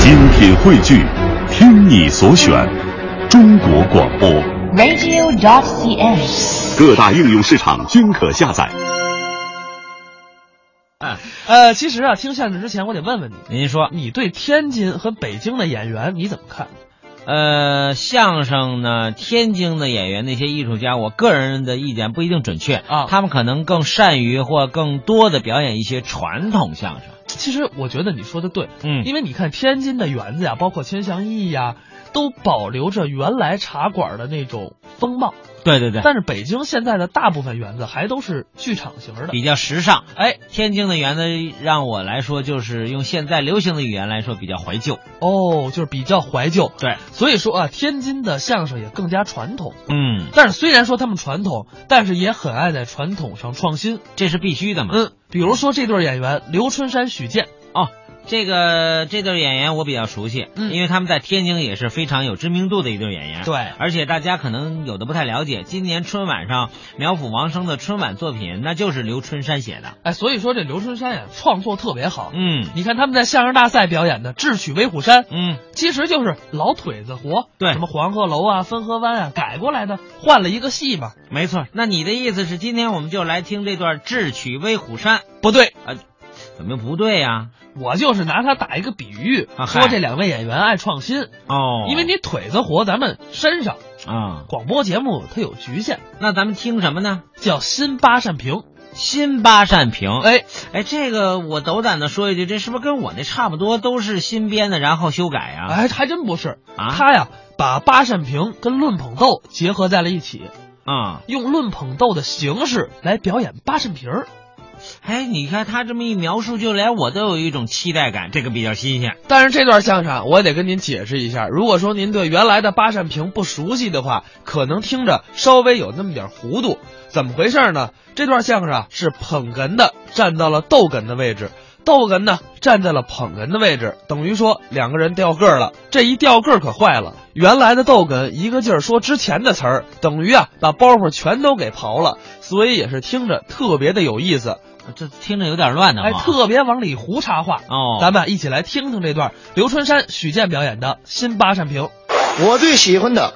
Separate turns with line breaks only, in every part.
精品汇聚，听你所选，中国广播。
radio.cn。
各大应用市场均可下载。
呃，其实啊，听相声之前，我得问问你，
哎您说，
你对天津和北京的演员你怎么看？
呃，相声呢，天津的演员那些艺术家，我个人的意见不一定准确
啊
他们可能更善于或更多的表演一些传统相声。
其实我觉得你说的对，
嗯
因为你看天津的园子呀，包括千祥艺呀，都保留着原来茶馆的那种风貌，
对对对，
但是北京现在的大部分园子还都是剧场型的。
比较时尚。
哎，
天津的园子让我来说，就是用现在流行的语言来说，比较怀旧。
哦，就是比较怀旧。
对，
所以说啊，天津的相声也更加传统。
嗯，
但是虽然说他们传统，但是也很爱在传统上创新。
这是必须的嘛。
嗯，比如说这对演员刘春山、许健，
哦，这个这对演员我比较熟悉，
嗯
因为他们在天津也是非常有知名度的一对演员。
对
而且大家可能有的不太了解，今年春晚上苗阜王声的春晚作品，那就是刘春山写的。
哎，所以说这刘春山呀，创作特别好。
嗯
你看他们在相声大赛表演的《智取威虎山》，
嗯，
其实就是老腿子活，
对
什么黄鹤楼啊、汾河湾啊改过来的，换了一个戏嘛。
没错。那你的意思是，今天我们就来听这段《智取威虎山》？
不对，
怎么不对呀、
我就是拿它打一个比喻，
啊嗨
说这两位演员爱创新，
哦
因为你腿子活，咱们身上
啊、
广播节目它有局限，
那咱们听什么呢？
叫新八扇屏。
新八扇屏。
哎，
哎，这个我斗胆的说一句，这是不是跟我那差不多，都是新编的，然后修改啊？
哎，还真不是，
啊
他呀把八扇屏跟论捧逗结合在了一起，
啊、
用论捧逗的形式来表演八扇屏儿。
哎，你看他这么一描述，就连我都有一种期待感，这个比较新鲜。
但是这段相声啊我也得跟您解释一下，如果说您对原来的八扇屏不熟悉的话，可能听着稍微有那么点糊涂。怎么回事呢？这段相声啊是捧哏的站到了逗哏的位置，逗哏呢站在了捧哏的位置，等于说两个人掉个儿了。这一掉个儿可坏了，原来的逗哏一个劲儿说之前的词儿，等于啊把包袱全都给刨了，所以也是听着特别的有意思，
这听着有点乱呢，
哎，特别往里胡插话。
哦，
咱们一起来听听这段刘春山、许健表演的新八扇屏。
我最喜欢的，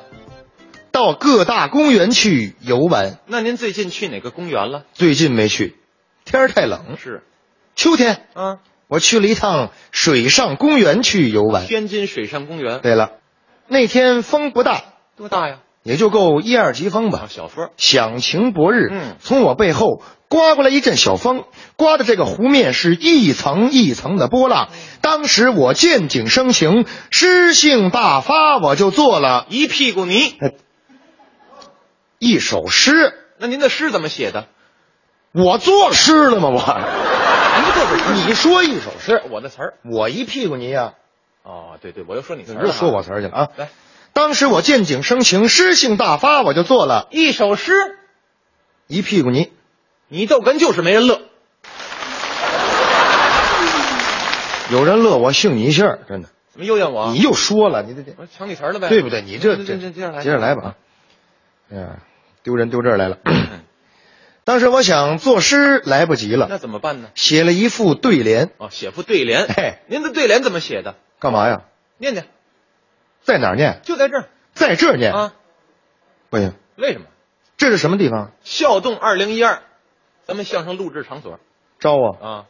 到各大公园去游玩。
那您最近去哪个公园了？
最近没去，天儿太冷。
是，
秋天
啊，
我去了一趟水上公园去游玩。
天津水上公园。
对了，那天风不大，
多大呀？
也就够一二级风
啊，
吧。
小风。
响晴博日，
嗯
从我背后刮过来一阵小风，刮的这个湖面是一层一层的波
嗯
浪。当时我见景生情，诗兴大发，我就做了
一屁股泥。
一首诗。
那您的诗怎么写的？
我作诗了吗？我，
您这本
你说一首诗，
我的词儿。
我一屁股泥啊！
哦，对对，我又说你词儿
又
了。
说我词儿去了啊！
来，
当时我见景生情，诗兴大发，我就做了
一首诗，
一屁股泥。
你逗哏就是没人乐。
有人乐我姓你姓儿，真的。
怎么又怨我？
你又说了，你这这
我抢你词儿了呗？
啊对不对？你这这
这接着来，
接着来吧啊！哎呀，丢人丢这儿来了。当时我想作诗来不及
嗯那
了，
怎么办呢？
写了一副对联，
哦，写副对联。
哎
您的对联怎么写的？
干嘛呀？
念念，
在哪儿念？
就在这儿
在这儿念。
啊。
不行，
为什么？
这是什么地方？
校动二零一二，咱们相声录制场所
招啊！
啊。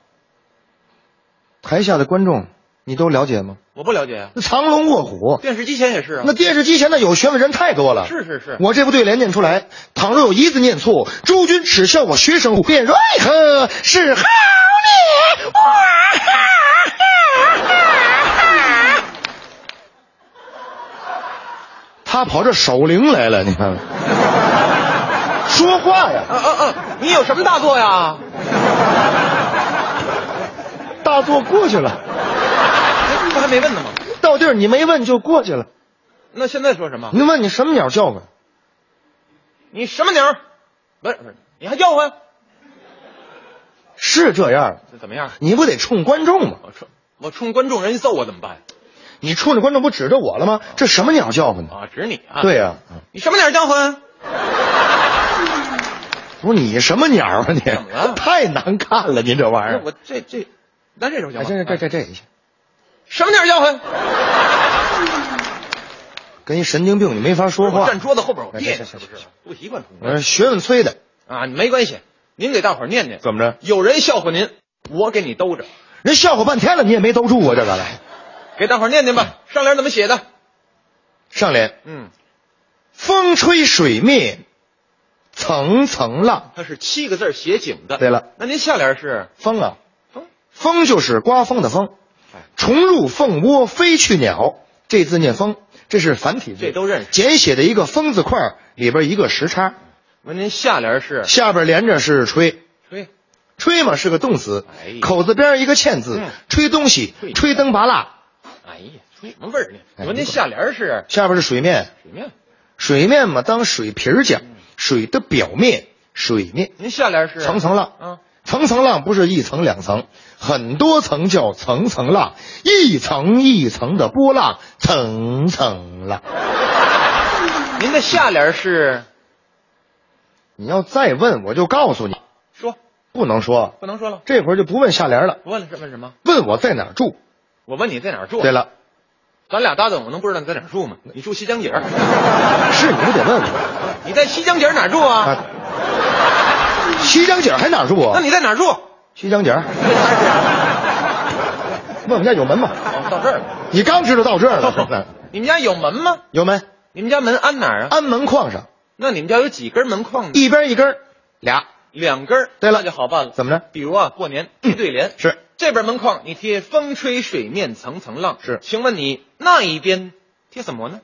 台下的观众，你都了解吗？
我不了解呀。
那藏龙卧虎，
电视机前也是啊。
那电视机前的有学问人太多了。
是是是。
我这部对联念出来，倘若有一字念错，诸君耻笑我学生乎，便如何是好你我哈哈哈哈！他跑这守灵来了，你看看，说话呀，
啊啊啊！你有什么大作呀？
大作过去了，
哎不还没问呢吗？
到地儿你没问就过去了，
那现在说什么？
你问你什么鸟叫唤？
你什么鸟？不是不是，你还叫唤？
是这样，
这怎么样？
你不得冲观众吗？
我冲我冲观众人家揍我怎么办
你冲着观众不指着我了吗？这什么鸟叫唤呢？
啊？指你啊？
对，呀、
你什么鸟叫唤？
不是你什么鸟啊你？
怎么 了
太难看了，您这玩意
哎
儿。
我这这，那这首
哎，
行吗？
这这这这一下，
啊什么鸟叫唤？
跟一神经病你没法说话。
哎我站桌子后边，我
哎
别
行
扭，
行
是
行
不是？不习惯同志
呃，学问催的，
啊，没关系，您给大伙儿念念，
怎么着？
有人笑话您，我给你兜着，
人笑话半天了，你也没兜住我这咋来？
给大伙儿念念吧。
嗯
上联怎么写的？
上联：
嗯，
风吹水面，层层浪。
它是七个字儿写景的。
对了，
那您下联是
风啊，
风
风就是刮风的风
哎。
虫入凤窝飞去鸟，这字念风，这是繁体字，
这都认识
简写的一个风字块儿里边一个时差，
那您下联是
下边连着是吹。
吹，
吹嘛是个动词
哎，
口字边一个欠字
嗯，
吹东西
吹，
吹灯拔蜡，
哎呀，吹什么味儿呢？
哎
你说您下联是
下边是水面，
什么呀？
水面嘛当水皮儿讲，水的表面，水面
您下联嗯是
层层浪
啊，
层层浪不是一层两层，很多层叫层层浪，一层一层的波浪，层层浪。
您的下联是
你要再问，我就告诉你，
说
不能说，
不能说了，
这会儿就不问下联了，
不问了是问什么？
问我在哪儿住。
我问你在哪儿住？啊
对，了，
咱俩搭档，我能不知道你在哪儿住吗？你住西江景儿，
是你不得问我，
你在西江景儿哪儿住啊？
啊西江景儿还哪儿住
那
啊？
你在哪儿住？哦
西江景儿，问我们家有门吗？
哦，到这儿了。
你刚知道到这儿 了，
你们家有门吗？
有门，
你们家门安哪儿啊？
安门框上
那你们家有几根门框呢？
一边一根儿俩，
两根儿。
对了
那就好办了。
怎么着？
比如啊，过年一对联，
是
这边门框你贴“风吹水面层层浪”，
是
请问你那一边贴什么呢？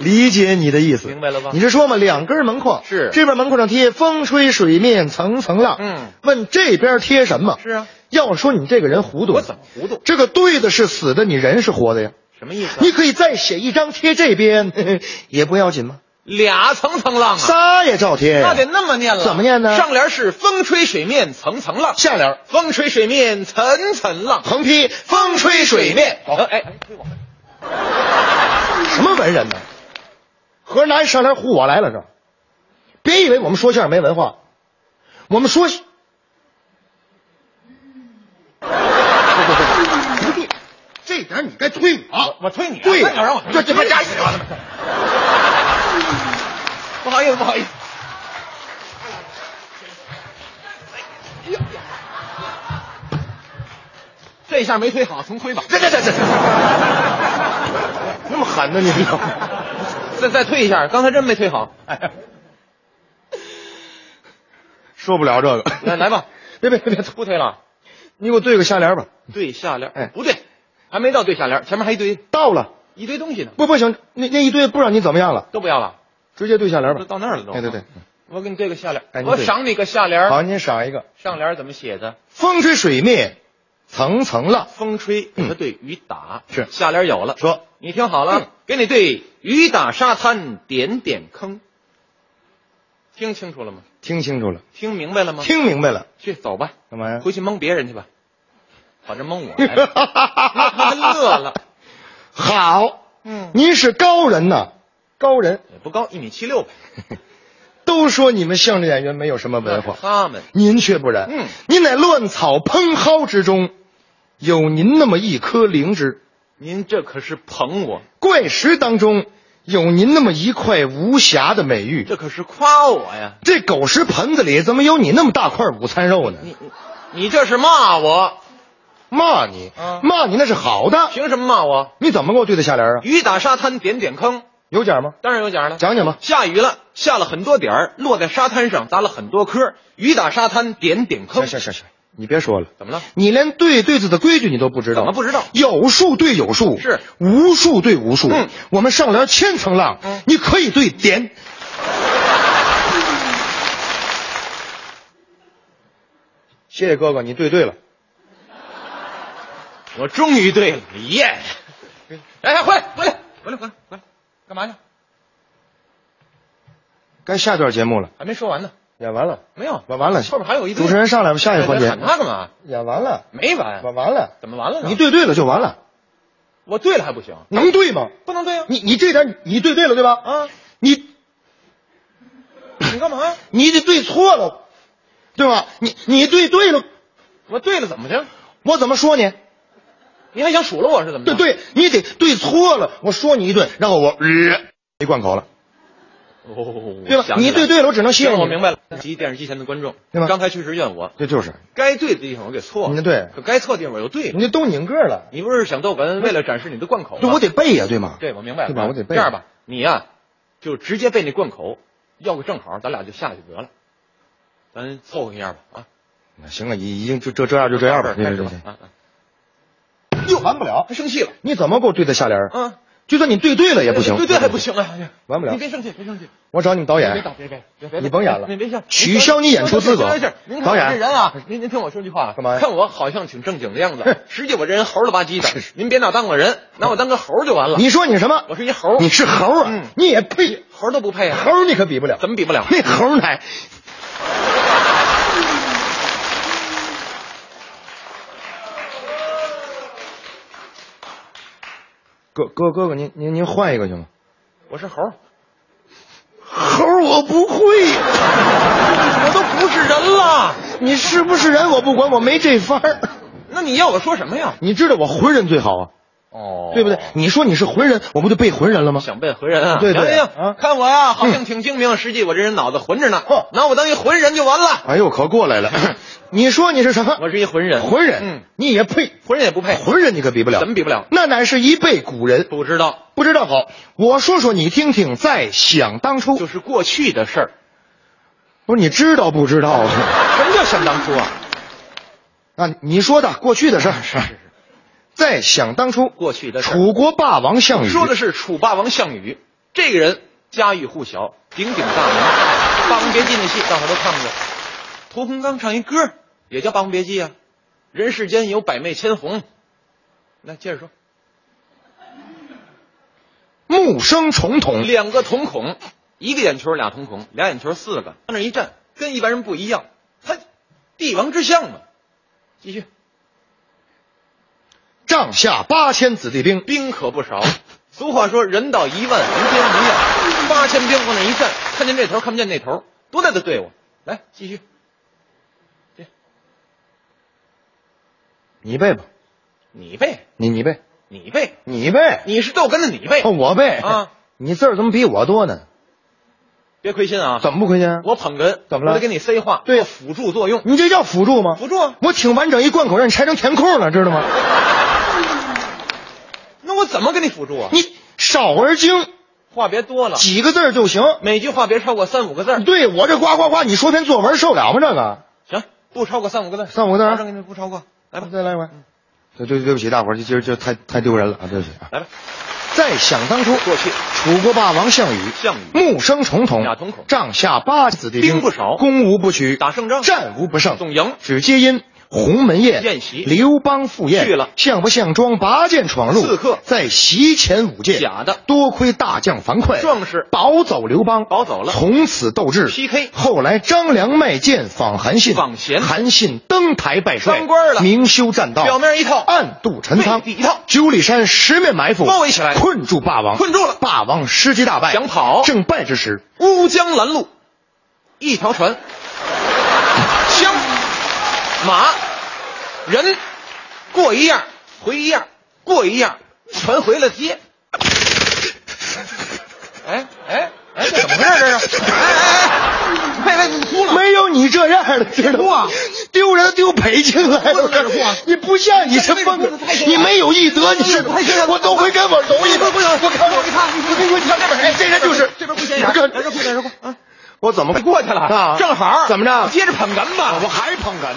理解你的意思，
明白了吧
你是说嘛，两根门框
是
这边门框上贴“风吹水面层层浪”，
嗯，
问这边贴什么？
是啊，
要说你这个人糊涂，
我怎么糊涂
这个对的是死的，你人是活的呀。
什么意思、啊
你？可以再写一张贴这边， 呵呵也不要紧嘛，
俩层层浪啊，
仨也照贴。
那得那么念了。
怎么念呢
上联是“风吹水面层层浪”，
下联
风吹水面层层浪。
横批“风吹水面”
好，
好，
哎哎，推我
什么文人呢？河南上联唬我来了这，别以为我们说相声没文化，我们说。不对，这点你该推我，
我推你啊
对呀
那你要让我推
这这
快扎起来 完了不好意思，不好意思。这下没推好，重推吧。
这这这这，那么狠呢你？
再再推一下，刚才真没推好。
说不了这个，
来来吧，
别别别别，
不推了。
你给我对个下联吧。
对下联，
哎
不对，还没到对下联，前面还一堆
到了，
一堆东西呢，
不不行，那那一堆不知道你怎么样了，
都不要了，
直接对下联
都
吧。
到那儿了都。
嗯哎对对对，
我给你对个下联
哎，您
我
对
赏你个下联。
好，您赏一个。
上联怎么写的？
风吹水面，层层浪。
风吹给他对雨打，
嗯是
下联有了。
说嗯
你听好了，给你对雨打沙滩点点坑，听清楚了吗？
听清楚了，
听明白了吗？
听明白了，
去走吧，
干嘛呀？
回去蒙别人去吧，反正蒙我 来了，那他们乐了。
好，
嗯，
您是高人呐，高人。
也不高，一米七六呗。
都说你们相声演员没有什么文
那是
化，
他们
您却不然。
嗯，
您乃乱草蓬蒿之中，有您那么一颗灵芝；
您这可是捧我，
怪石当中，有您那么一块无瑕的美玉。
这可是夸我呀！
这狗食盆子里怎么有你那么大块午餐肉呢？
你你你这是骂我，
骂你
啊，
骂你那是好的。
凭什么骂我？
你怎么给我对的下联啊？
雨打沙滩点点坑，
有奖吗？
当然有奖了。
讲讲吧。
下雨了，下了很多点儿，落在沙滩上砸了很多颗。雨打沙滩点点坑
行，行行行，你别说了，
怎么了？
你连对对子的规矩你都不知道，
怎么不知道
有数对有数，
是
无数对无数。
嗯
我们上联千层浪，
嗯
你可以对点。谢谢哥哥，你对对了。
我终于对了，耶！ 哎，回来，回来，回来，回来，回来，干嘛去？
该下段节目了，
还没说完呢，
演完了，
没有，
完完了。
后边还有一堆
主持人上来吧，下一环节。
喊他干嘛？
演完了，
没完，
完完了，
怎么完了呢？
哎你对对了就完了，
我对了还不行，
能对吗？
不能对呀、
你你这点你对对了对吧？
啊！
你
你干嘛呀？
你得对错了，对吧？你你对对了，
我对了怎么着？
我怎么说你？
你还想数落我是怎么
对
着？
对，你得对错了，我说你一顿，然后我呃一灌口了，
哦，
对吧？你对对了，我只能谢谢
行，
你。
我明白了。及电视机前的观众，
对吧
刚才确实怨我，
这就是，
该对的地方我给错了，
嗯对
可该错地方我又对
你
了。
这都拧个了，
你不是想逗哏，为了展示你的贯口吗？
对我得背呀，对吗？
啊对，我明白了，
对吧我得背
这样吧，你呀、就直接背那贯口，要个正好，咱俩就下去得了，咱凑合一下吧啊。
行了，已已经就这这样就这样吧，对
开始
对
吧
对，
啊，啊
又完不了
还，生气了，
你怎么给我对的下联儿？
嗯，
就算你对对了也不行，
对对还不，行啊，
完不了
你别生气，别生气，
我找你们导
别
演
打，别别别别，
你甭演了
别别笑，
取消你演出资格
行行行您看
导
我
演
这人啊，您您听我说句话啊，
干嘛呀
看我好像挺正经的
哼
样子， 实际我这人猴了吧唧
是
的
是，
您别拿当个人，拿我当个猴就完了。
你说你什么？
我是一猴，
你是猴啊？
嗯
你也配？
猴都不配啊，
猴儿你可比不了，
怎么比不了？
那猴奶哥哥哥哥，您您您换一个行吗？
我是猴，
猴儿我不会，
我都不是人了。
你是不是人我不管，我没这法儿。
那你要我说什么呀？
你知道我浑人最好啊，
哦
对不对？你说你是浑人，我不就被浑人了吗？
想变回人啊？嗯
对对
行行
啊
行，看我呀，好像挺精明，实际我这人脑子混着呢
哼，
拿我当一浑人就完了。
哎呦，可过 来了！你说你是什么？
我是一浑人，
浑人，
嗯，
你也配？
浑人也不配，
浑人你可比不了，
怎么比不了？
那乃是一辈古人。
不知道，
不知道好，我说说你听听，在想当初，
就是过去的事儿。
不是你知道不知道啊？
什么叫想当初啊？
啊，你说的过去的事儿是吧，在想当初，
过去的事儿
楚国霸王项羽
哎说的是楚霸王项羽，这个人家喻户晓，鼎鼎大名。《霸王别姬》那戏大伙都看过，屠洪刚唱一歌也叫《霸王别姬》啊。人世间有百媚千红，来接着说，
木生重瞳，
两个瞳孔，一个眼球俩瞳孔，俩眼球四个，往那一站，跟一般人不一样。他帝王之相嘛。继续，
帐下八千子弟兵，
兵可不少。俗话说，人到一万，无边无恙。八千兵往那一站，看见这头看不见那头，多大的队伍！来，继续。
你背吧，
你背，
你你背，
你背，
你背，
你是逗哏的，你背
哦，，我背
啊，
你字儿怎么比我多呢？
别亏心啊！
怎么不亏心啊？
我捧哏，
怎么了
我得给你塞话，
对
做辅助作用，
你这叫辅助吗？
辅助啊！
我挺完整一贯口，让你拆成填空了，知道吗？
那我怎么给你辅助啊？
你少而精，
话别多了，
几个字儿就行。
每句话别超过三五个字儿。
对我这呱呱呱，你说篇作文受了吗？这个。
行，不超过三五个字儿，
三五个字儿啊
保证给你不超过。来吧，
再来一回。对对对不起，大伙儿，这今儿这太太丢人了啊！对不起啊。
来吧，
再想当初，
过去
楚国霸王项羽，
项羽
木生重瞳，
俩瞳孔
帐下八子弟兵
兵不少
攻无不取，
打胜仗
战无不胜，
总赢
只皆因鸿门宴
宴席
刘邦赴宴
去了
项不项庄拔剑闯入，
刺客
在席前舞剑，
假的
多亏大将樊哙
壮士
保走刘邦，
保走了
从此斗志
PK
后来张良卖剑访韩信，
访贤
韩信登台拜帅，
当官了
明修栈道，
表面一套，
暗度陈仓，
背地一套
九里山十面埋伏，
包围起来
困住霸王，
困住了
霸王失机大败，
想跑
正败之时，
乌江拦路，一条 船，枪、马、人，过一样回一样，过一样船回了接。 哎哎哎，这怎么回事？这是？哎哎哎，喂喂，你哭了？
没有你这样的，知道吗？丢人丢北京来
我
了
在这哭啊，
你不像你这风格，你没有艺德，你是
不太行了
我都会跟我同意。
不不行
我看
我给他
我跟你说，你看这边，哎，这人就是
这边不显眼，
这
来这哭来这哭啊！
我怎么
过去了
啊？
正好
怎么着？
接着捧哏吧，
我还捧哏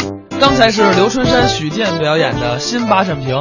呢。
刚才是刘春山、许健表演的新八扇屏。